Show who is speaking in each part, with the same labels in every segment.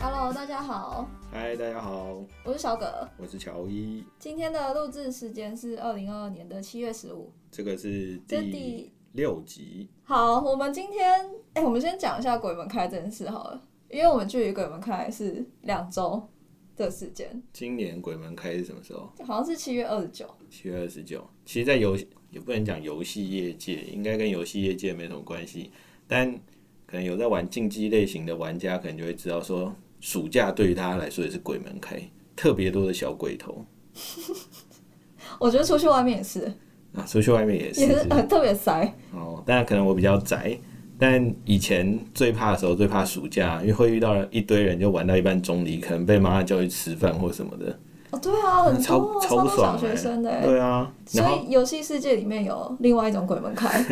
Speaker 1: Hello，大家好，
Speaker 2: 嗨，大家好，
Speaker 1: 我是小葛。
Speaker 2: 我是乔伊，
Speaker 1: 今天的录制时间是二零二二年的七月十五。
Speaker 2: 这个是
Speaker 1: 这第
Speaker 2: 第六集，
Speaker 1: 好，我们今天，哎、我们先讲一下鬼门开这件事好了，因为我们距离鬼门开是两周的时间，
Speaker 2: 今年鬼门开是什么时候？
Speaker 1: 好像是七月二十九。
Speaker 2: 七月二十九。其实，在游戏也不能讲游戏业界，应该跟游戏业界没什么关系，但可能有在玩竞技类型的玩家，可能就会知道说，暑假对于大家来说也是鬼门开，特别多的小鬼头
Speaker 1: 我觉得出去外面也是，
Speaker 2: 啊，出去外面也是
Speaker 1: 也是很特别塞。
Speaker 2: 哦，当然可能我比较宅，但以前最怕的时候最怕暑假，因为会遇到一堆人就玩到一半中离，可能被妈妈叫去吃饭或什么的，
Speaker 1: 哦，对啊，很
Speaker 2: 超
Speaker 1: 多
Speaker 2: 嗯超
Speaker 1: 超
Speaker 2: 不
Speaker 1: 多小
Speaker 2: 爽的、
Speaker 1: 学生的、欸。
Speaker 2: 对啊，然
Speaker 1: 所
Speaker 2: 后
Speaker 1: 以游戏世界里面有另外一种鬼门开，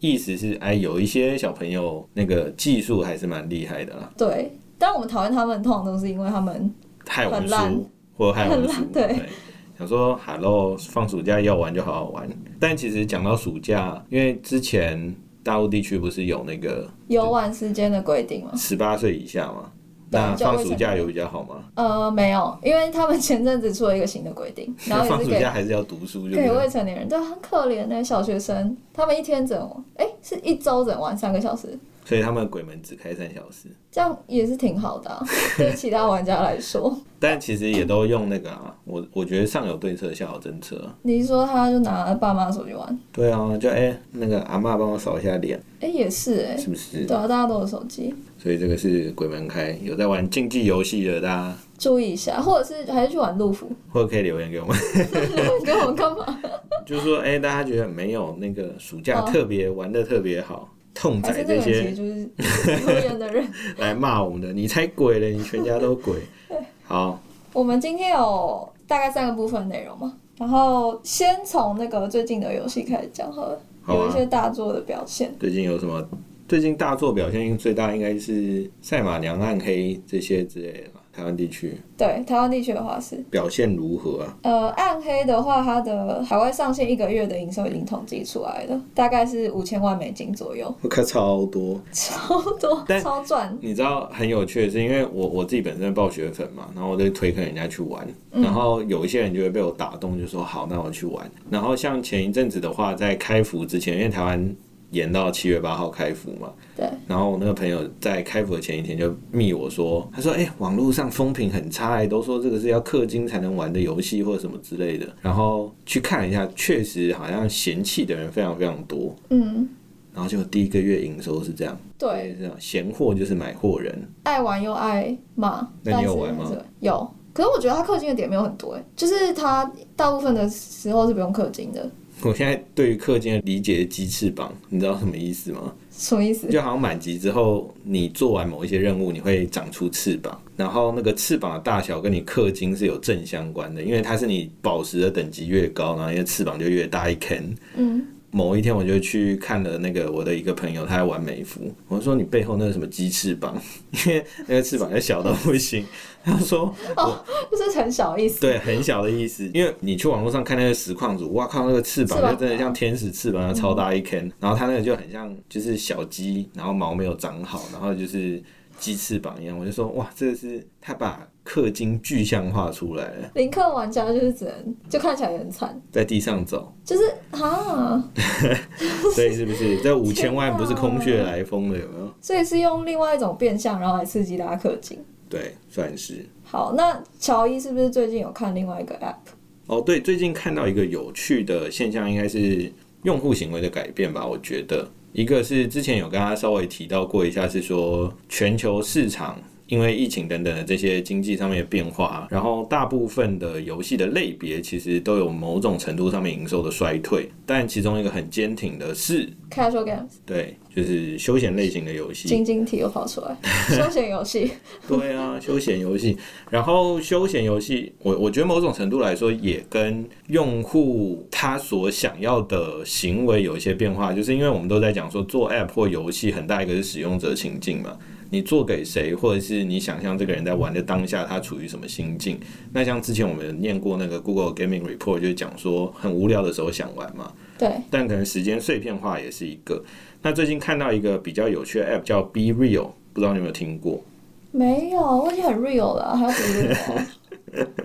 Speaker 2: 意思是哎，有一些小朋友那个技术还是蛮厉害的啦，
Speaker 1: 对。但我们讨厌他们，通常都是因为他们
Speaker 2: 害我们
Speaker 1: 很烂
Speaker 2: 输或害我们输
Speaker 1: 很烂，对。
Speaker 2: 想说，Hello，放暑假要玩就好好玩。但其实讲到暑假，因为之前大陆地区不是有那个
Speaker 1: 游玩时间的规定嘛。
Speaker 2: 十八岁以下嘛？
Speaker 1: 哦对
Speaker 2: 那
Speaker 1: 就
Speaker 2: 放
Speaker 1: 未
Speaker 2: 暑
Speaker 1: 成
Speaker 2: 假
Speaker 1: 年
Speaker 2: 有比较好吗？
Speaker 1: 呃，没有，因为他们前阵子出了一个新的规 定， 然后
Speaker 2: 放
Speaker 1: 也
Speaker 2: 暑
Speaker 1: 是
Speaker 2: 假
Speaker 1: 给
Speaker 2: 还是要读书就对
Speaker 1: 给
Speaker 2: 了，
Speaker 1: 未成年人，对，很可怜的、小学生，他们一天整，哎、是一周整玩三个小时，
Speaker 2: 所以他们鬼门只开三小时，
Speaker 1: 这样也是挺好的、 啊，对其他玩家来说。
Speaker 2: 但其实也都用那个啊，我我觉得上有对策，下有政策啊。
Speaker 1: 你是说他就拿爸妈手机玩，
Speaker 2: 对啊，就哎、那个阿嬷帮我扫一下脸，
Speaker 1: 哎、也是哎、
Speaker 2: 是不是？
Speaker 1: 对啊，大家都有手机，
Speaker 2: 所以这个是鬼门开，有在玩竞技游戏的大家，
Speaker 1: 注意一下，或者是还是去玩路服，
Speaker 2: 或者可以留言给我们，
Speaker 1: 给我们干嘛？
Speaker 2: 就是说哎、大家觉得没有那个暑假
Speaker 1: 哦
Speaker 2: 特别、玩的特别好，痛
Speaker 1: 还是这
Speaker 2: 宰这
Speaker 1: 个人其实
Speaker 2: 些
Speaker 1: 就是留言的人。
Speaker 2: 来骂我们的，你才鬼嘞，你全家都 鬼。好，
Speaker 1: 我们今天有大概三个部分内容嘛，然后先从那个最近的游戏开始讲好了，
Speaker 2: 好啊
Speaker 1: 有一些大作的表现。
Speaker 2: 最近有什么？最近大作表现最大应该是《赛马娘暗黑》这些之类的吧，台湾地区
Speaker 1: 对，台湾地区的话是，
Speaker 2: 表现如何啊？
Speaker 1: 呃，暗黑的话，它的海外上线一个月的营收已经统计出来了，大概是五千万美金左右，
Speaker 2: 我看超多。
Speaker 1: 超多，
Speaker 2: 但
Speaker 1: 超赚。
Speaker 2: 你知道很有趣的是，因为我我自己本身报学粉嘛，然后我就推坑人家去玩，然后有一些人就会被我打动，就说好，那我去玩。然后像前一阵子的话，在开服之前，因为台湾延到七月八号开服嘛，
Speaker 1: 对，
Speaker 2: 然后我那个朋友在开服的前一天就密我说，他说：“哎、网络上风评很差、欸，都说这个是要氪金才能玩的游戏或者什么之类的。”然后去看了一下，确实好像嫌弃的人非常非常多。
Speaker 1: 嗯，
Speaker 2: 然后就第一个月营收是这样，哎
Speaker 1: 对，
Speaker 2: 是这样，闲货就是买货人，
Speaker 1: 爱玩又爱骂。
Speaker 2: 那
Speaker 1: 但
Speaker 2: 你
Speaker 1: 是
Speaker 2: 有玩吗
Speaker 1: 还是会？有，可是我觉得它氪金的点没有很多、欸，就是它大部分的时候是不用氪金的，
Speaker 2: 我现在对于氪金的理解是鸡翅膀，你知道什么意思吗？
Speaker 1: 什么意思？
Speaker 2: 就好像满级之后，你做完某一些任务，你会长出翅膀，然后那个翅膀的大小跟你氪金是有正相关的，因为它是你宝石的等级越高，然后你的翅膀就越大一坑。
Speaker 1: 嗯。
Speaker 2: 某一天我就去看了那个我的一个朋友，他在玩美服，我说你背后那个什么鸡翅膀，因为那个翅膀要小到不行。他说
Speaker 1: 就是很小意思。
Speaker 2: 对，很小的意思，因为啊你去网络上看那个实况组，哇靠，那个翅膀
Speaker 1: 翅膀
Speaker 2: 就真的像天使翅膀一样超大一坑，然后它那个就很像就是小鸡，然后毛没有长好，然后就是鸡翅膀一样，我就说哇，这个是他把氪金具象化出来了，
Speaker 1: 零氪玩家就是只能就看起来也很惨，
Speaker 2: 在地上 走，
Speaker 1: 就是啊，
Speaker 2: 所以是不是这五千万不是空穴来风的，有没有？
Speaker 1: 所以是用另外一种变相，然后来刺激大家氪金。
Speaker 2: 对，算是。
Speaker 1: 好，那乔伊是不是最近有看另外一个 app？
Speaker 2: 哦，对，最近看到一个有趣的现象，应该是用户行为的改变吧。我觉得，一个是之前有跟他稍微提到过一下，是说全球市场因为疫情等等的这些经济上面的变化，然后大部分的游戏的类别其实都有某种程度上面营收的衰退，但其中一个很坚挺的是，
Speaker 1: Casual Games
Speaker 2: 对，就是休闲类型的游戏。
Speaker 1: 晶晶体又跑出来，休闲游戏，
Speaker 2: 对啊，休闲游戏。然后休闲游戏，我我觉得某种程度来说，也跟用户他所想要的行为有一些变化，就是因为我们都在讲说做 app 或游戏，很大一个是使用者情境嘛。你做给谁，或者是你想象这个人在玩的当下，他处于什么心境？那像之前我们念过那个 Google Gaming Report，就讲说很无聊的时候想玩嘛，
Speaker 1: 对，
Speaker 2: 但可能时间碎片化也是一个。那最近看到一个比较有趣的 app 叫 Be Real，不知道你有没有听过？
Speaker 1: 没有，啊我已经很 real 了，还要怎 么？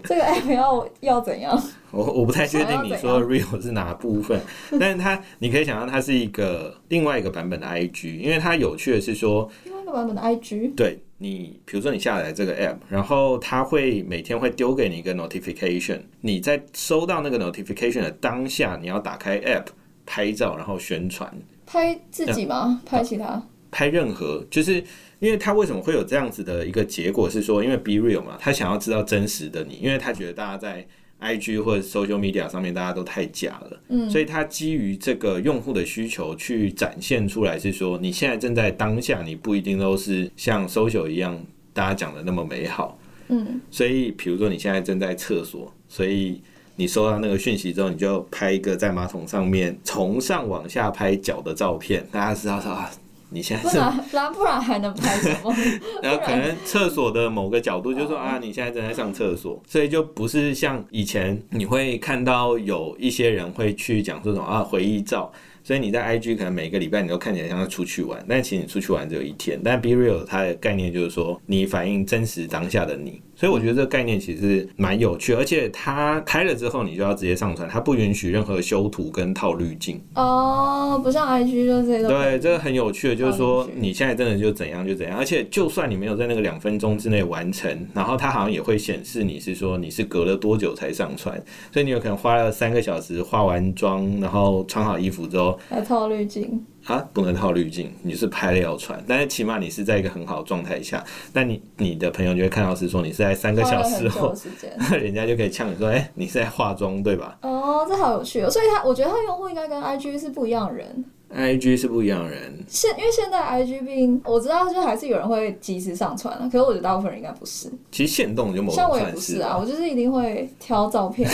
Speaker 1: 这个 app 要要怎样？
Speaker 2: 我我不太确定你
Speaker 1: 想
Speaker 2: 说的 real 是哪部分，但是它你可以想象它是一个另外一个版本的 IG，因为它有趣的是说，
Speaker 1: 另外一个版本的 IG，
Speaker 2: 对你，比如说你下载这个 app，然后它会每天会丢给你一个 notification，你在收到那个 notification 的当下，你要打开 app 拍照，然后宣传，
Speaker 1: 拍自己
Speaker 2: 啊
Speaker 1: 吗？拍其他？
Speaker 2: 拍任何，就是因为它为什么会有这样子的一个结果是说，因为 be real 嘛，他想要知道真实的你，因为他觉得大家在 IG 或者 social media 上面大家都太假了，嗯，所以他基于这个用户的需求去展现出来，是说你现在正在当下，你不一定都是像 social 一样大家讲的那么美好，
Speaker 1: 嗯，
Speaker 2: 所以比如说你现在正在厕所，所以。你收到那个讯息之后，你就拍一个在马桶上面从上往下拍脚的照片，大家知道说啊，你现在
Speaker 1: 不
Speaker 2: 正
Speaker 1: 然不然不然还能拍什么？
Speaker 2: 然后可能厕所的某个角度就说啊，你现在正在上厕所，所以就不是像以前你会看到有一些人会去讲这种啊回忆照，所以你在 IG 可能每个礼拜你都看起来像是出去玩，但其实你出去玩只有一天。但 Be Real 它的概念就是说你反映真实当下的你，所以我觉得这个概念其实蛮有趣，而且它开了之后你就要直接上传，它不允许任何修图跟套滤镜。
Speaker 1: 哦，不像 IG 就是这种。
Speaker 2: 对，这个很有趣的，就是
Speaker 1: 哦
Speaker 2: 说
Speaker 1: 有趣
Speaker 2: 你现在真的就怎样就怎样，而且就算你没有在那个两分钟之内完成，然后它好像也会显示你是说你是隔了多久才上传，所以你有可能花了三个小时化完妆，然后穿好衣服之后
Speaker 1: 还套滤镜，
Speaker 2: 啊不能套滤镜，你是拍了要传，但是起码你是在一个很好的状态下，但你你的朋友就会看到是说你是在三个
Speaker 1: 花
Speaker 2: 小
Speaker 1: 了
Speaker 2: 时
Speaker 1: 很久
Speaker 2: 后
Speaker 1: 的，时间。
Speaker 2: 人家就可以呛你说，哎、你是在化妆对吧
Speaker 1: 哦，这好有趣哦！所以他，我觉得他用户应该跟 IG 是不一样的人。
Speaker 2: ？IG 哎是不一样的人，
Speaker 1: 现因为现在 IG 并我知道，就还是有人会及时上传啊，可是我觉得大部分人应该不是。
Speaker 2: 其实限动就某种
Speaker 1: 像我也
Speaker 2: 算
Speaker 1: 不
Speaker 2: 是
Speaker 1: 是啊，
Speaker 2: 吧
Speaker 1: 我就是一定会挑照片，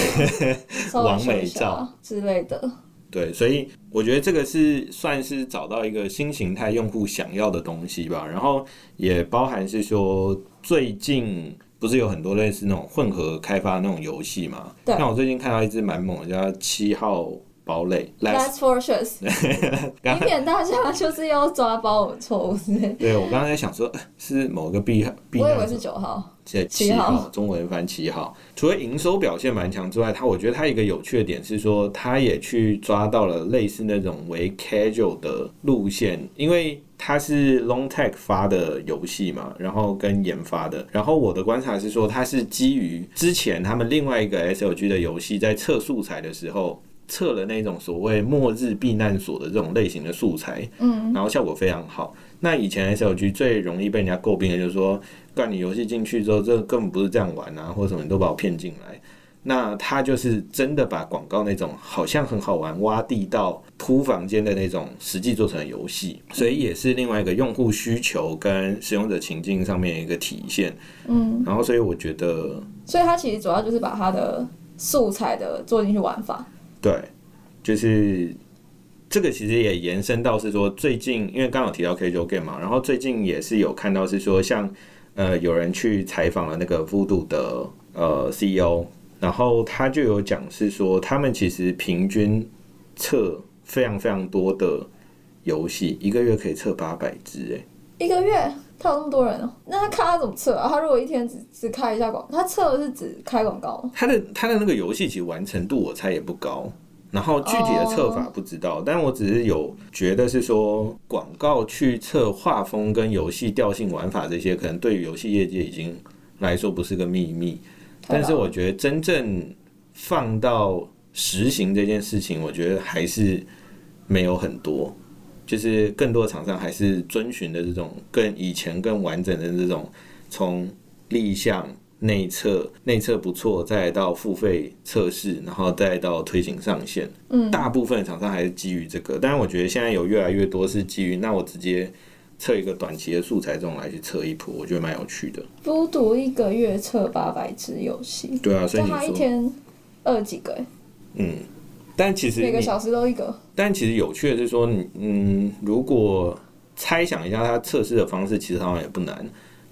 Speaker 1: 稍微
Speaker 2: 完美
Speaker 1: 修一下
Speaker 2: 照
Speaker 1: 之类的。
Speaker 2: 对，所以我觉得这个是算是找到一个新形态用户想要的东西吧，然后也包含是说最近。不是有很多类似那种混合开发那种游戏嘛？
Speaker 1: 对
Speaker 2: 那我最近看到一只蛮猛的，叫七号堡垒 Last。
Speaker 1: That's for sure，
Speaker 2: 刚
Speaker 1: 以免大家就是要抓包我们错误之类的。
Speaker 2: 对我刚才想说，呃是某个避避
Speaker 1: 我以
Speaker 2: 难
Speaker 1: 为是
Speaker 2: 所
Speaker 1: 九号，
Speaker 2: 这
Speaker 1: 七
Speaker 2: 七
Speaker 1: 号
Speaker 2: 号，中文翻七号。除了营收表现蛮强之外，它我觉得它一个有趣的点是说，它也去抓到了类似那种为 casual 的路线，因为它是 Long Tech 发的游戏嘛，然后跟研发的。然后我的观察是说，它是基于之前他们另外一个 SLG 的游戏在测素材的时候。测了那种所谓末日避难所的这种类型的素材，嗯，然后效果非常好。那以前 SLG 最容易被人家诟病的就是说，干你游戏进去之后，这根本不是这样玩啊，或者什么，你都把我骗进来。那他就是真的把广告那种好像很好玩、挖地道、铺房间的那种，实际做成了游戏，所以也是另外一个用户需求跟使用者情境上面一个体现。嗯，然后所以我觉得
Speaker 1: 所以他其实主要就是把他的素材的做进去玩法。
Speaker 2: 对，就是这个其实也延伸到是说，最近因为刚好提到 KJ Game 嘛，然后最近也是有看到是说像，呃有人去采访了那个 Voodoo 的呃 CEO，然后他就有讲是说，他们其实平均测非常非常多的游戏，一个月可以测八百只，哎，
Speaker 1: 一个月他有那么多人哦，那他看他怎么测啊？他如果一天只只开一下广，他测的是只开广告吗？
Speaker 2: 他的他的那个游戏其实完成度我猜也不高，然后具体的测法不知道但我只是有觉得是说广告去测画风跟游戏调性、玩法这些，可能对于游戏业界已经来说不是个秘密，但是我觉得真正放到实行这件事情，我觉得还是没有很多。就是更多的厂商还是遵循的这种更以前更完整的这种从立项内测，内测不错，再来到付费测试，然后再到推行上线。嗯，大部分厂商还是基于这个，但是我觉得现在有越来越多是基于那我直接测一个短期的素材这种来去测一波，我觉得蛮有趣的。
Speaker 1: 孤独一个月测八百只游戏，
Speaker 2: 对啊，所以
Speaker 1: 但
Speaker 2: 你
Speaker 1: 他一
Speaker 2: 说，
Speaker 1: 天二几个欸，
Speaker 2: 嗯，但其实
Speaker 1: 每个
Speaker 2: 你
Speaker 1: 小时都一个。
Speaker 2: 但其实有趣的是说，你嗯，如果猜想一下它测试的方式，其实好像也不难。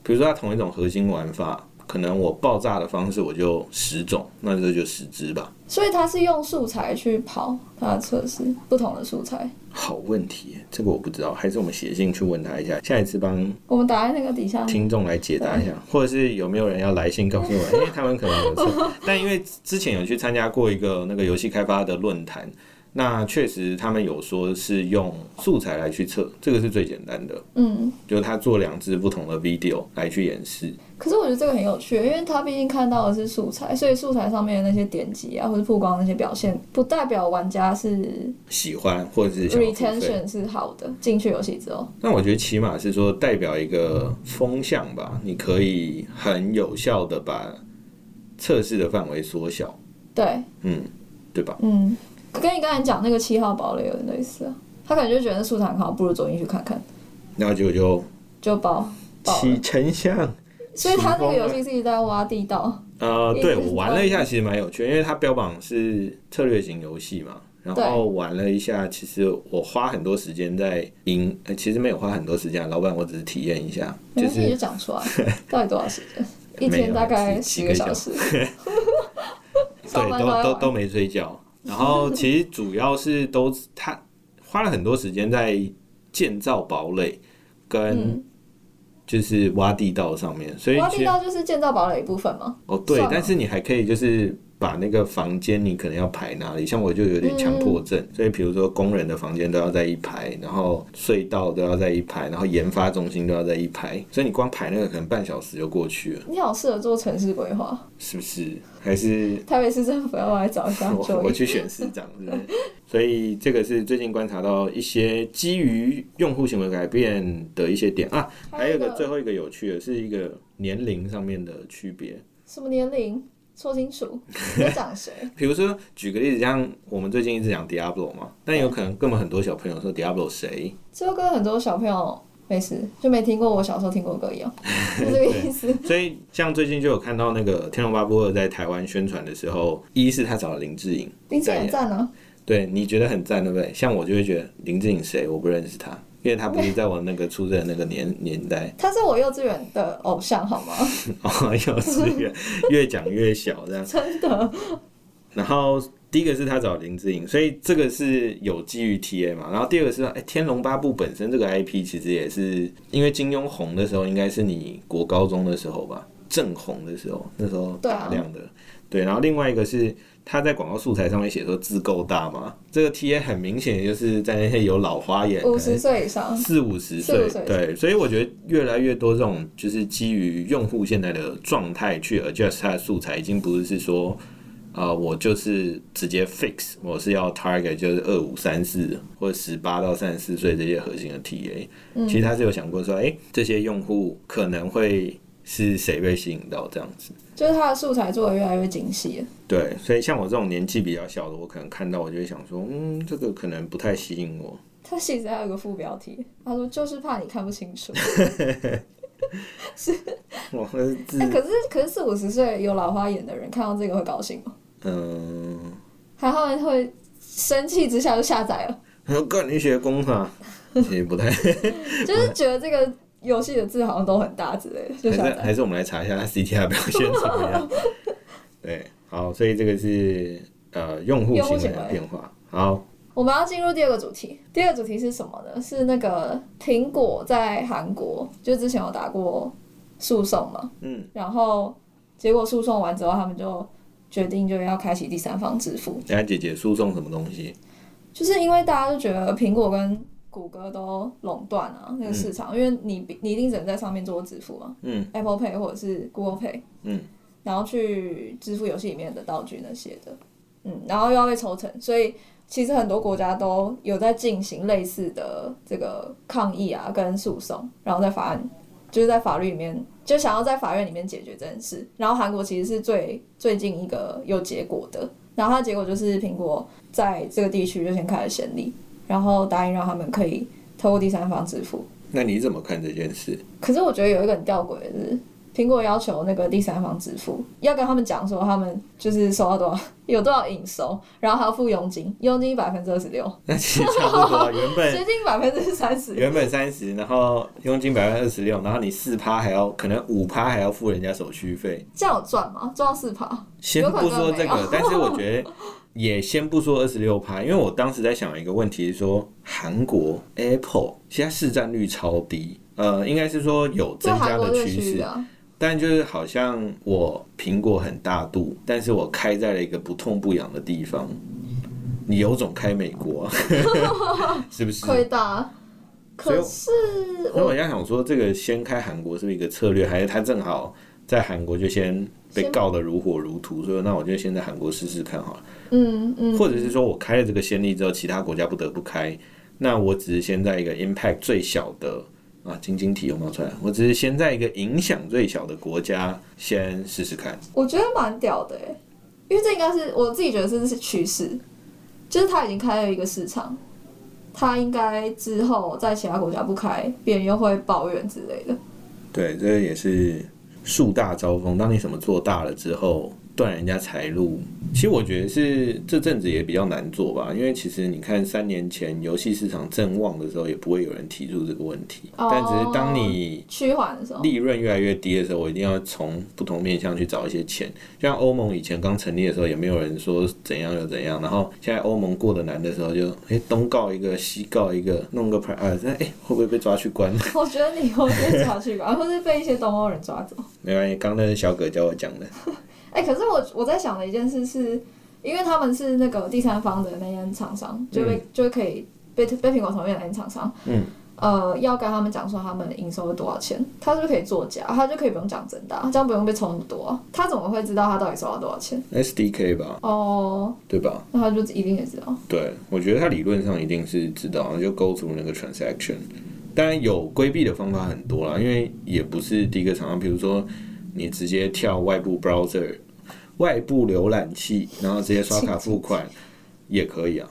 Speaker 2: 比如说，它同一种核心玩法，可能我爆炸的方式我就十种，那这就十只吧。
Speaker 1: 所以他是用素材去跑他的测试，不同的素材。
Speaker 2: 好问题耶，这个我不知道，还是我们写信去问他一下，下一次帮
Speaker 1: 我们打在那个底下，
Speaker 2: 听众来解答一下，或者是有没有人要来信告诉我，因 哎为他们可能有错。但因为之前有去参加过一个那个游戏开发的论坛，那确实他们有说是用素材来去测，这个是最简单的，
Speaker 1: 嗯，
Speaker 2: 就是他做两支不同的 video 来去演示。
Speaker 1: 可是我觉得这个很有趣，因为他毕竟看到的是素材，所以素材上面的那些点击啊，或者曝光那些表现，不代表玩家是
Speaker 2: 喜欢或者是想要付费
Speaker 1: retention 是好的。进去游戏之后，
Speaker 2: 那我觉得起码是说代表一个风向吧，你可以很有效的把测试的范围缩小，
Speaker 1: 对，
Speaker 2: 嗯，对吧？
Speaker 1: 嗯，跟你刚才讲那个七号堡垒有点类似啊，他可能就觉得素材很好，不如走进去看看，
Speaker 2: 然后结果就
Speaker 1: 就爆爆了。
Speaker 2: 启程向。
Speaker 1: 所以他这个
Speaker 2: 起风
Speaker 1: 游
Speaker 2: 了
Speaker 1: 戏是一直在挖地道，
Speaker 2: 呃，
Speaker 1: 也
Speaker 2: 对
Speaker 1: 就
Speaker 2: 我
Speaker 1: 是
Speaker 2: 玩了一下，其实蛮有趣，因为它标榜是策略型游戏嘛。然后玩了一下，其实我花很多时间在赢，呃，其实没有花很多时间啊，老板，我只是体验一下，
Speaker 1: 没
Speaker 2: 就
Speaker 1: 关系你就是嗯讲 出来，到底多少时间？一
Speaker 2: 没
Speaker 1: 天
Speaker 2: 有
Speaker 1: 大概
Speaker 2: 几
Speaker 1: 十
Speaker 2: 几
Speaker 1: 个
Speaker 2: 个
Speaker 1: 小
Speaker 2: 小
Speaker 1: 时，上
Speaker 2: 对，
Speaker 1: 班
Speaker 2: 都
Speaker 1: 在
Speaker 2: 都
Speaker 1: 玩
Speaker 2: 都没睡觉。然后其实主要是都他花了很多时间在建造堡垒跟
Speaker 1: 嗯，
Speaker 2: 就是挖地道上面，所以
Speaker 1: 挖
Speaker 2: 其
Speaker 1: 地
Speaker 2: 实
Speaker 1: 道就是建造堡垒一部分嘛。
Speaker 2: 哦，对
Speaker 1: 算，
Speaker 2: 但
Speaker 1: 吗
Speaker 2: 是你还可以就是把那个房间你可能要排哪里，像我就有点强迫症，所以比如说工人的房间都要在一排，然后隧道都要在一排，然后研发中心都要在一排，所以你光排那个可能半小时就过去了，
Speaker 1: 你好适合做城市规划，
Speaker 2: 是不是？还是
Speaker 1: 台北市政府要不要来找一下
Speaker 2: 我
Speaker 1: 就
Speaker 2: 我去选市长是不是？所以这个是最近观察到一些基于用户行为改变的一些点啊，还有一个最后一个有趣的是一个年龄上面的区别。
Speaker 1: 什么年龄说清楚，你在讲 谁？
Speaker 2: 比如说，举个例子，像我们最近一直讲 Diablo 嘛，但有可能根本很多小朋友说 Diablo 谁？
Speaker 1: 这就跟很多小朋友没事就没听过我小时候听过的歌一样，是这个意 思。
Speaker 2: 所以像最近就有看到那个《天龙八部二》在台湾宣传的时候，一是他找了林志颖，
Speaker 1: 林志颖赞啊，
Speaker 2: 对你觉得很赞，对不对？像我就会觉得林志颖谁，我不认识他，因为他不是在我那个出生的那个年年代。
Speaker 1: 他是我幼稚园的偶像，好吗？
Speaker 2: 哦， 幼稚园越讲越小这样。
Speaker 1: 真的，
Speaker 2: 然后第一个是他找林志颖，所以这个是有基于 TA 嘛。然后第二个是，哎，《天龙八部》本身这个 IP 其实也是，因为金庸红的时候，应该是你国高中的时候吧，正红的时候，那时候
Speaker 1: 对啊
Speaker 2: 大量的。对，然后另外一个是他在广告素材上面写说自购大嘛，这个 TA 很明显就是在那些有老花眼、
Speaker 1: 五十岁以上，
Speaker 2: 四五十
Speaker 1: 四
Speaker 2: 岁
Speaker 1: 五岁，
Speaker 2: 对，所以我觉得越来越多这种就是基于用户现在的状态去 adjust 它的素材，已经不是是说，呃，我就是直接 fix，我是要 target 就是二五三四或者十八到三十四岁这些核心的 TA，、其
Speaker 1: 嗯
Speaker 2: 实他是有想过说，哎、这些用户可能会是谁被吸引到这样子。
Speaker 1: 就是他的素材做的越来越精细了。
Speaker 2: 对，所以像我这种年纪比较小的，我可能看到我就会想说，嗯，这个可能不太吸引我。
Speaker 1: 他其实还有一个副标题，他说就是怕你看不清楚。
Speaker 2: 哇，那是自
Speaker 1: 哎、可是可是四五十岁有老花眼的人看到这个会高兴吗？
Speaker 2: 嗯。
Speaker 1: 还他们会生气之下就下载了，
Speaker 2: 我干你学工 法，其实不太，
Speaker 1: 就是觉得这个游戏的字好像都很大之类的，就
Speaker 2: 还
Speaker 1: 下
Speaker 2: 是
Speaker 1: 载。
Speaker 2: 还是我们来查一下他 CTR 表现怎 么样。对，好，所以这个是呃用户
Speaker 1: 用户
Speaker 2: 行为
Speaker 1: 行
Speaker 2: 的
Speaker 1: 为
Speaker 2: 变化。好，
Speaker 1: 我们要进入第二个主题，第二个主题是什么呢？是那个苹果在韩国，就之前有打过诉讼嘛，
Speaker 2: 嗯，
Speaker 1: 然后结果诉讼完之后，他们就决定就要开启第三方支付，
Speaker 2: 等下姐姐输送什么东西？
Speaker 1: 就是因为大家都觉得苹果跟谷歌都垄断啊那个市场，因为你你一定只能在上面做支付嘛
Speaker 2: 嗯
Speaker 1: ，Apple Pay 或者是 Google Pay，
Speaker 2: 嗯，
Speaker 1: 然后去支付游戏里面的道具那些的，嗯，然后又要被抽成，所以其实很多国家都有在进行类似的这个抗议啊跟诉讼，然后在法案就是在法律里面就想要在法院里面解决这件事，然后韩国其实是最最近一个有结果的，然后它的结果就是苹果在这个地区就先开了先例，然后答应让他们可以透过第三方支付，
Speaker 2: 那你怎么看这件事？
Speaker 1: 可是我觉得有一个很吊诡的是，苹果要求那个第三方支付，要跟他们讲说他们就是收到多少， 有多少营收，然后还要付佣金，佣金百分之二十六，
Speaker 2: 那其实差不 多，啊原本
Speaker 1: 接近百分之三十。
Speaker 2: 原本三十，然后佣金百分之二十六，然后你四趴还要可能五趴还要付人家手续费。
Speaker 1: 这样有赚吗？赚到四趴，
Speaker 2: 先
Speaker 1: 有可
Speaker 2: 不
Speaker 1: 能
Speaker 2: 说
Speaker 1: 没
Speaker 2: 这
Speaker 1: 有
Speaker 2: 个，但是我 觉得也先不说二十六趴，因为我当时在想一个问题是说，韩国 Apple 现在市占率超低，呃，应该是说有
Speaker 1: 在
Speaker 2: 增加
Speaker 1: 韩国
Speaker 2: 的
Speaker 1: 这个
Speaker 2: 趋
Speaker 1: 区域
Speaker 2: 势，
Speaker 1: 啊，
Speaker 2: 但就是好像我苹果很大度，但是我开在了一个不痛不痒的地方。你有种开美国，啊 是不是？
Speaker 1: 亏大。
Speaker 2: 所以
Speaker 1: 可是
Speaker 2: 所以
Speaker 1: 我
Speaker 2: 我在想说，这个先开韩国是不是一个策略，还是他正好在韩国就先被
Speaker 1: 先
Speaker 2: 告得如火如荼，所以那我就先在韩国试试看好了。
Speaker 1: 嗯嗯，
Speaker 2: 或者是说我开了这个先例之后，其他国家不得不开，那我只是先在一个 impact 最小的啊，晶晶体有冒出来，我只是先在一个影响最小的国家先试试看。
Speaker 1: 我觉得蛮屌的欸因为这应该是我自己觉得是是趋势，就是他已经开了一个市场，他应该之后在其他国家不开，别人又会抱怨之类的。
Speaker 2: 对，这也是树大招风。当你什么做大了之后，断人家财路，其实我觉得是这阵子也比较难做吧。因为其实你看，三年前游戏市场正旺的时候，也不会有人提出这个问题。
Speaker 1: 哦
Speaker 2: 但只是当你
Speaker 1: 趋缓的时候，
Speaker 2: 利润越来越低的时候，我一定要从不同面向去找一些钱。就像欧盟以前刚成立的时候，也没有人说怎样又怎样。然后现在欧盟过得难的时候就，哎东告一个西告一个，弄个 pri 啊，那哎会不会被抓去关？
Speaker 1: 我觉得你会被抓去吧，或是被一些东欧人抓走。
Speaker 2: 没关系，刚那是小葛教我讲的。
Speaker 1: 哎、可是我我在想的一件事是，因为他们是那个第三方的那些厂商，就被、就可以被被苹果同意的那些厂商，
Speaker 2: 嗯，
Speaker 1: 呃，要跟他们讲说他们营收多少钱，他是不是可以作假？他就可以不用讲真的啊，这样不用被抽那么多啊、他怎么会知道他到底收到多少钱？
Speaker 2: SDK 吧，
Speaker 1: 哦，
Speaker 2: 对吧？
Speaker 1: 那他就一定也知道。
Speaker 2: 对，我觉得他理论上一定是知道，就 go through 那个 transaction。当然有规避的方法很多啦，因为也不是第一个厂商，比如说你直接跳外部 browser、外部浏览器，然后直接刷卡付款也可以啊。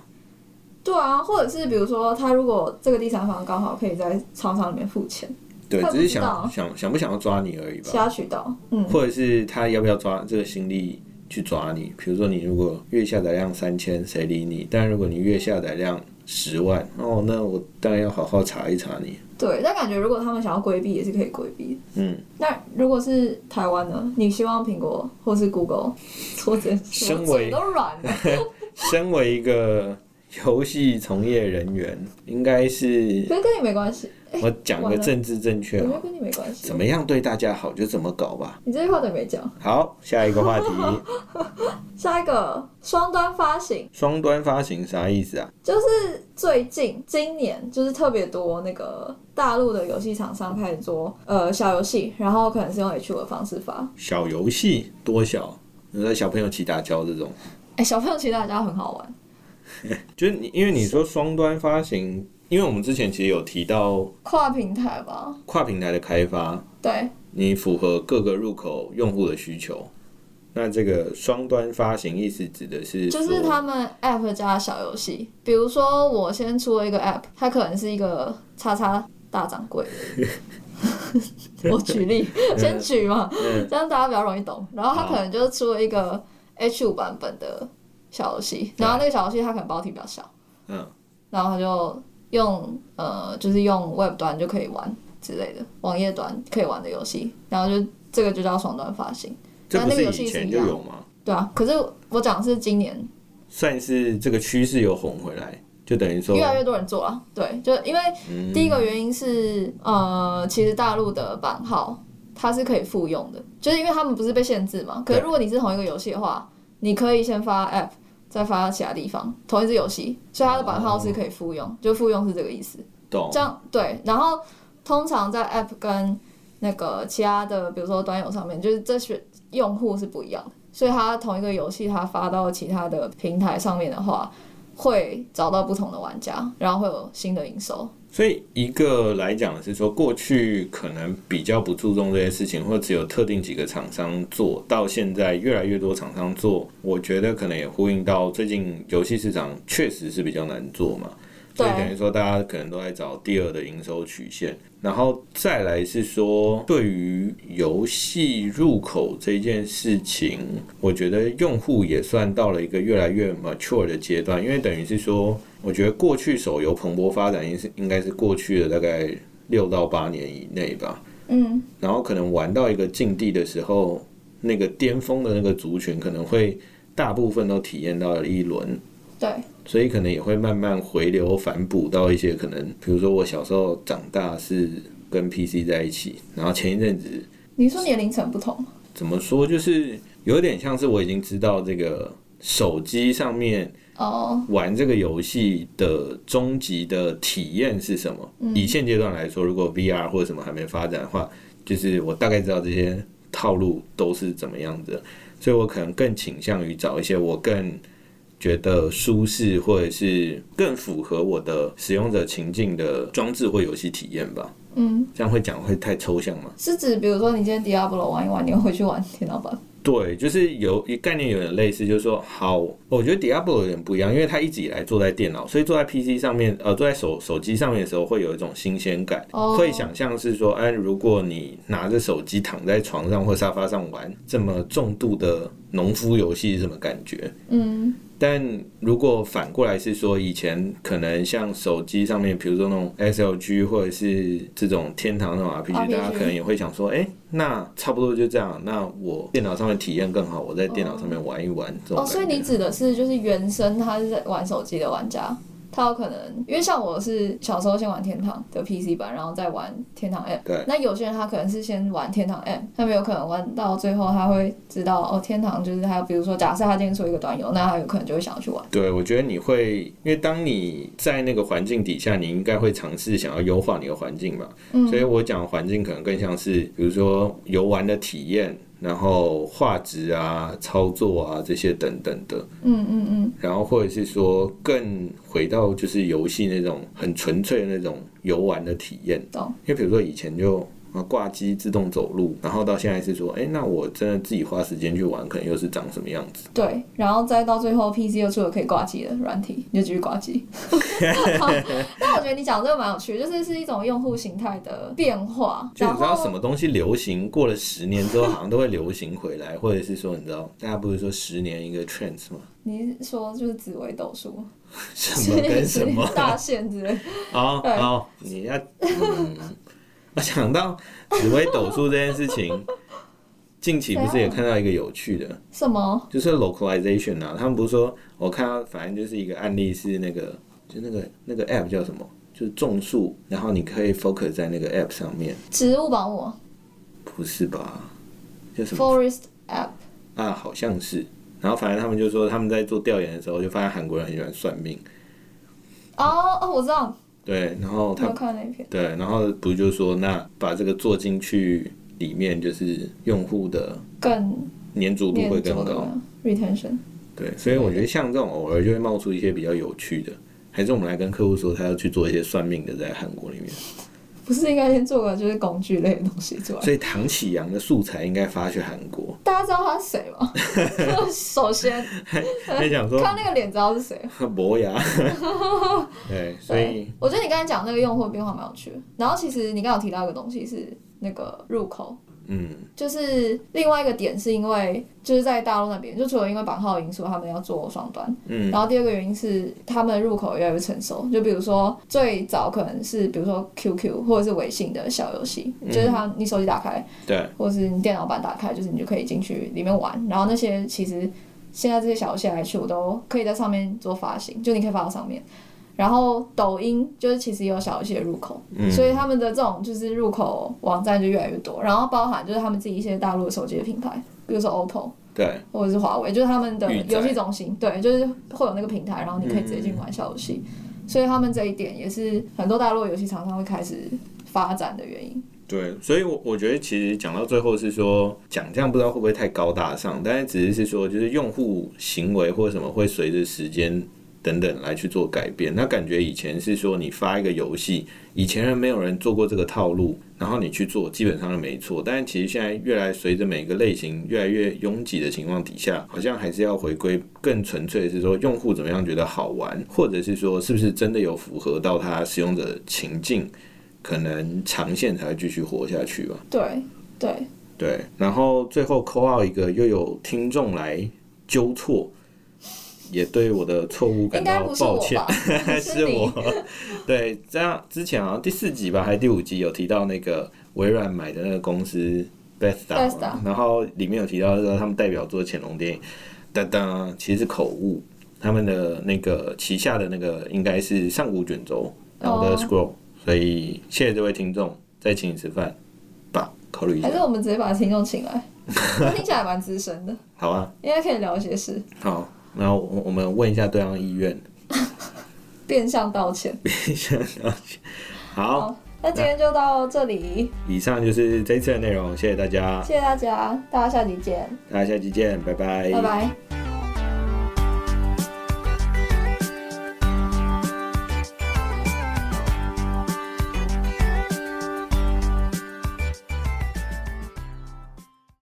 Speaker 1: 对啊，或者是比如说，他如果这个第三方刚好可以在商场里面付钱，
Speaker 2: 对
Speaker 1: 他，不
Speaker 2: 只是
Speaker 1: 知道
Speaker 2: 想想想不想要抓你而已吧
Speaker 1: 其。他渠道，嗯，
Speaker 2: 或者是他要不要抓这个心力去抓你？比如说你如果月下载量三千，谁理你？但如果你月下载量十万，哦，那我当然要好好查一查你。
Speaker 1: 对。但感觉如果他们想要规避，也是可以规避的。
Speaker 2: 嗯，
Speaker 1: 那如果是台湾呢？你希望苹果或是 Google 做这
Speaker 2: 身
Speaker 1: 我
Speaker 2: 为
Speaker 1: 嘴都软 了，
Speaker 2: 身为一个游戏从业人员，应该是
Speaker 1: 可是跟你没关系，
Speaker 2: 我讲个政治正确
Speaker 1: 我觉
Speaker 2: 哦
Speaker 1: 得，跟你没关系
Speaker 2: 怎。么样对大家好就怎么搞吧。
Speaker 1: 你这句话都没讲。
Speaker 2: 好，下一个 话题，
Speaker 1: 下一个双端发行，
Speaker 2: 双端发行啥意思啊？
Speaker 1: 就是最近今年就是特别多那个大陆的游戏厂商开始做呃小游戏，然后可能是用 H 的方式发。
Speaker 2: 小游戏多小？你说小朋友骑打胶这种？
Speaker 1: 哎、小朋友其实大家很好玩，
Speaker 2: 就是你，因为你说双端发行，因为我们之前其实有提到
Speaker 1: 跨平台吧？
Speaker 2: 跨平台的开发，
Speaker 1: 对，
Speaker 2: 你符合各个入口用户的需求。那这个双端发行意思指的是
Speaker 1: 就是
Speaker 2: 说
Speaker 1: 他们 app 加小游戏，比如说我先出了一个 app，它可能是一个叉叉大掌 柜。我举例，
Speaker 2: 嗯
Speaker 1: 先举嘛，这样大家比较容易懂。然后它可能就出了一个 H 五版本的小游戏，
Speaker 2: 对
Speaker 1: 然后那个小游戏它可能包体比较小，
Speaker 2: 嗯，
Speaker 1: 然后它就用呃，就是用 web 端就可以玩之类的，网页端可以玩的游戏，然后就这个就叫双端发行。
Speaker 2: 这
Speaker 1: 那
Speaker 2: 不
Speaker 1: 那个
Speaker 2: 是
Speaker 1: 游戏
Speaker 2: 以
Speaker 1: 是
Speaker 2: 前
Speaker 1: 一
Speaker 2: 就
Speaker 1: 样
Speaker 2: 有吗？
Speaker 1: 对啊，可是我讲的是今年
Speaker 2: 算是这个趋势又红回来，就等于说
Speaker 1: 越来越多人做了，对，就因为
Speaker 2: 嗯
Speaker 1: 第一个原因是，呃，其实大陆的版号它是可以复用的，就是因为他们不是被限制嘛。可是
Speaker 2: 对
Speaker 1: 如果你是同一个游戏的话，你可以先发 App，再发其他地方同一只游戏，所以它的版号是可以复用，就复用是这个意思。
Speaker 2: 懂
Speaker 1: 这样对，然后通常在 App 跟那个其他的，比如说端游上面，就是这些用户是不一样的，所以它同一个游戏，它发到其他的平台上面的话，会找到不同的玩家，然后会有新的营收。
Speaker 2: 所以一个来讲是说，过去可能比较不注重这些事情，或只有特定几个厂商做，到现在越来越多厂商做，我觉得可能也呼应到最近游戏市场确实是比较难做嘛。所以
Speaker 1: 对
Speaker 2: 等于说大家可能都在找第二的营收曲线。然后再来是说，对于游戏入口这件事情，我觉得用户也算到了一个越来越 mature 的阶段，因为等于是说，我觉得过去手游蓬勃发展应是应该是过去的大概六到八年以内吧。
Speaker 1: 嗯，
Speaker 2: 然后可能玩到一个境地的时候，那个巅峰的那个族群可能会大部分都体验到了一轮，
Speaker 1: 对，
Speaker 2: 所以可能也会慢慢回流反哺到一些可能，比如说我小时候长大是跟 PC 在一起，然后前一阵子
Speaker 1: 你说年龄层不同吗，
Speaker 2: 怎么说，就是有点像是我已经知道这个手机上面
Speaker 1: 哦，
Speaker 2: 玩这个游戏的终极的体验是什么？以现阶段来说，如果 VR 或者什么还没发展的话，就是我大概知道这些套路都是怎么样子的，所以我可能更倾向于找一些我更觉得舒适或者是更符合我的使用者情境的装置或游戏体验吧。
Speaker 1: 嗯，
Speaker 2: 这样会讲会太抽象吗？
Speaker 1: 是指比如说你今天 Diablo 玩一玩，你回去玩电脑版，
Speaker 2: 对，就是有一概念有点类似，就是说，好，我觉得 Diablo 有点不一样，因为它一直以来坐在电脑，所以坐在 PC 上面，呃，坐在手手机上面的时候，会有一种新鲜感，
Speaker 1: 哦
Speaker 2: 会想象是说，哎，如果你拿着手机躺在床上或沙发上玩这么重度的农夫游戏是什么感觉？
Speaker 1: 嗯，
Speaker 2: 但如果反过来是说，以前可能像手机上面，比如说那种 SLG 或者是这种天堂那种 RPG，
Speaker 1: RPG
Speaker 2: 大家可能也会想说，哎、那差不多就这样。那我电脑上面体验更好，我在电脑上面玩一玩、这种
Speaker 1: 哦，
Speaker 2: 感觉。
Speaker 1: 所以你指的是就是原生他是在玩手机的玩家，他有可能因为像我是小时候先玩天堂的 PC 版，然后再玩天堂 M。
Speaker 2: 对
Speaker 1: 那有些人他可能是先玩天堂 M，他们有可能玩到最后他会知道哦，天堂就是他，比如说假设他今天出一个端游，那他有可能就会想要去玩。
Speaker 2: 对，我觉得你会，因为当你在那个环境底下，你应该会尝试想要优化你的环境嘛。
Speaker 1: 嗯
Speaker 2: 所以我讲环境可能更像是，比如说游玩的体验，然后画质啊、操作啊这些等等的。
Speaker 1: 嗯嗯嗯，
Speaker 2: 然后或者是说更回到就是游戏那种很纯粹的那种游玩的体验，
Speaker 1: 懂。
Speaker 2: 因为比如说以前就。啊，挂机自动走路，然后到现在是说，哎，那我真的自己花时间去玩，可能又是长什么样子？
Speaker 1: 对，然后再到最后 PC 又出了可以挂机的软体，你就继续挂 机。 但我觉得你讲这个蛮有趣的，就是是一种用户形态的变化。
Speaker 2: 就你
Speaker 1: 然
Speaker 2: 知
Speaker 1: 后
Speaker 2: 道什么东西流行，过了十年之后好像都会流行回来，或者是说，你知道大家不是说十年一个 trend 吗？
Speaker 1: 你是说就是紫微斗数，
Speaker 2: 什么跟什么
Speaker 1: 大限之类的，
Speaker 2: 哦
Speaker 1: 对
Speaker 2: 哦，你要，嗯， 我想到紫薇斗数这件事情，近期不是也看到一个有趣的，
Speaker 1: 什么？
Speaker 2: 就是 localization 啊，他们不是说，我看到反正就是一个案例是那个，就那个那个 app 叫什么，就是种树，然后你可以 focus 在那个 app 上面，
Speaker 1: 植物保姆
Speaker 2: 不是吧？叫什么
Speaker 1: Forest App
Speaker 2: 啊？好像是。然后反正他们就说他们在做调研的时候，就发现韩国人很喜欢算命，
Speaker 1: 哦哦，我知道，
Speaker 2: 对，然后
Speaker 1: 我
Speaker 2: 他
Speaker 1: 有看那篇，
Speaker 2: 对，然后不就说那把这个做进去里面，就是用户的
Speaker 1: 更
Speaker 2: 粘着度
Speaker 1: 念
Speaker 2: 会
Speaker 1: 着
Speaker 2: 更
Speaker 1: 的
Speaker 2: 高。
Speaker 1: retention。
Speaker 2: 对，所以我觉得像这种偶尔就会冒出一些比较有趣的，还是我们来跟客户说他要去做一些算命的，在韩国里面。
Speaker 1: 不是应该先做个就是工具类的东西出来？
Speaker 2: 所以唐启阳的素材应该发去韩国。
Speaker 1: 大家知道他是谁 吗？首先
Speaker 2: 他想 说
Speaker 1: 看那个脸知道是谁。
Speaker 2: 磨牙， 对，所以
Speaker 1: 我觉得你刚才讲那个用户变化蛮有趣的。然后其实你刚刚有提到一个东西是那个入口，
Speaker 2: 嗯，
Speaker 1: 就是另外一个点是因为就是在大陆那边，就除了因为版号的因素，他们要做双端，
Speaker 2: 嗯
Speaker 1: 然后第二个原因是他们的入口越来越成熟，就比如说最早可能是比如说 QQ 或者是微信的小游戏，就是它你手机打开
Speaker 2: 对，
Speaker 1: 或者是你电脑版打开，就是你就可以进去里面玩，然后那些其实现在这些小游戏来去，我都可以在上面做发行，就你可以发到上面。然后抖音就是其实也有小游戏的入口，
Speaker 2: 嗯
Speaker 1: 所以他们的这种就是入口网站就越来越多，然后包含就是他们自己一些大陆的手机的品牌，比如说 OPPO
Speaker 2: 对，
Speaker 1: 或者是华为，就是他们的
Speaker 2: 御宅
Speaker 1: 游戏中心，对，就是会有那个平台，然后你可以直接进去玩小游戏，所以他们这一点也是很多大陆的游戏厂商会开始发展的原因。
Speaker 2: 对，所以我，我觉得其实讲到最后是说，讲这样不知道会不会太高大上，但是只是是说，就是用户行为或什么会随着时间等等来去做改变。那感觉以前是说你发一个游戏，以前人没有人做过这个套路，然后你去做，基本上就没错。但是其实现在越来随着每个类型越来越拥挤的情况底下，好像还是要回归更纯粹，是说用户怎么样觉得好玩，或者是说是不是真的有符合到他使用者的情境，可能长线才会继续活下去吧。
Speaker 1: 对对，
Speaker 2: 对，然后最后扣到一个又有听众来纠错，也对我的错误
Speaker 1: 应
Speaker 2: 感
Speaker 1: 该
Speaker 2: 到
Speaker 1: 不是
Speaker 2: 抱
Speaker 1: 我
Speaker 2: 歉
Speaker 1: 吧。？
Speaker 2: 是
Speaker 1: 你
Speaker 2: 我，对，这样之前好像第四集吧，还是第五集有提到那个微软买的那个公司 Bethesda，嘛
Speaker 1: Bethesda
Speaker 2: 然后里面有提到说他们代表作潜龙电影，哒哒，其实是口误，他们的那个旗下的那个应该是上古卷轴，然后的
Speaker 1: 哦
Speaker 2: Scroll，、所以谢谢这位听众，再请你吃饭吧，考虑一下
Speaker 1: 还，是我们直接把听众请 来？他听起来蛮资深的，
Speaker 2: 好啊。
Speaker 1: 应该可以聊一些事，
Speaker 2: 好，然后我我们问一下对方意愿。
Speaker 1: 变相道歉。
Speaker 2: 好，
Speaker 1: 好，那今天就到这里，
Speaker 2: 以上就是这一次的内容，谢谢大家，
Speaker 1: 谢谢大家，大家下集见，
Speaker 2: 大家下期见，拜
Speaker 1: 拜拜。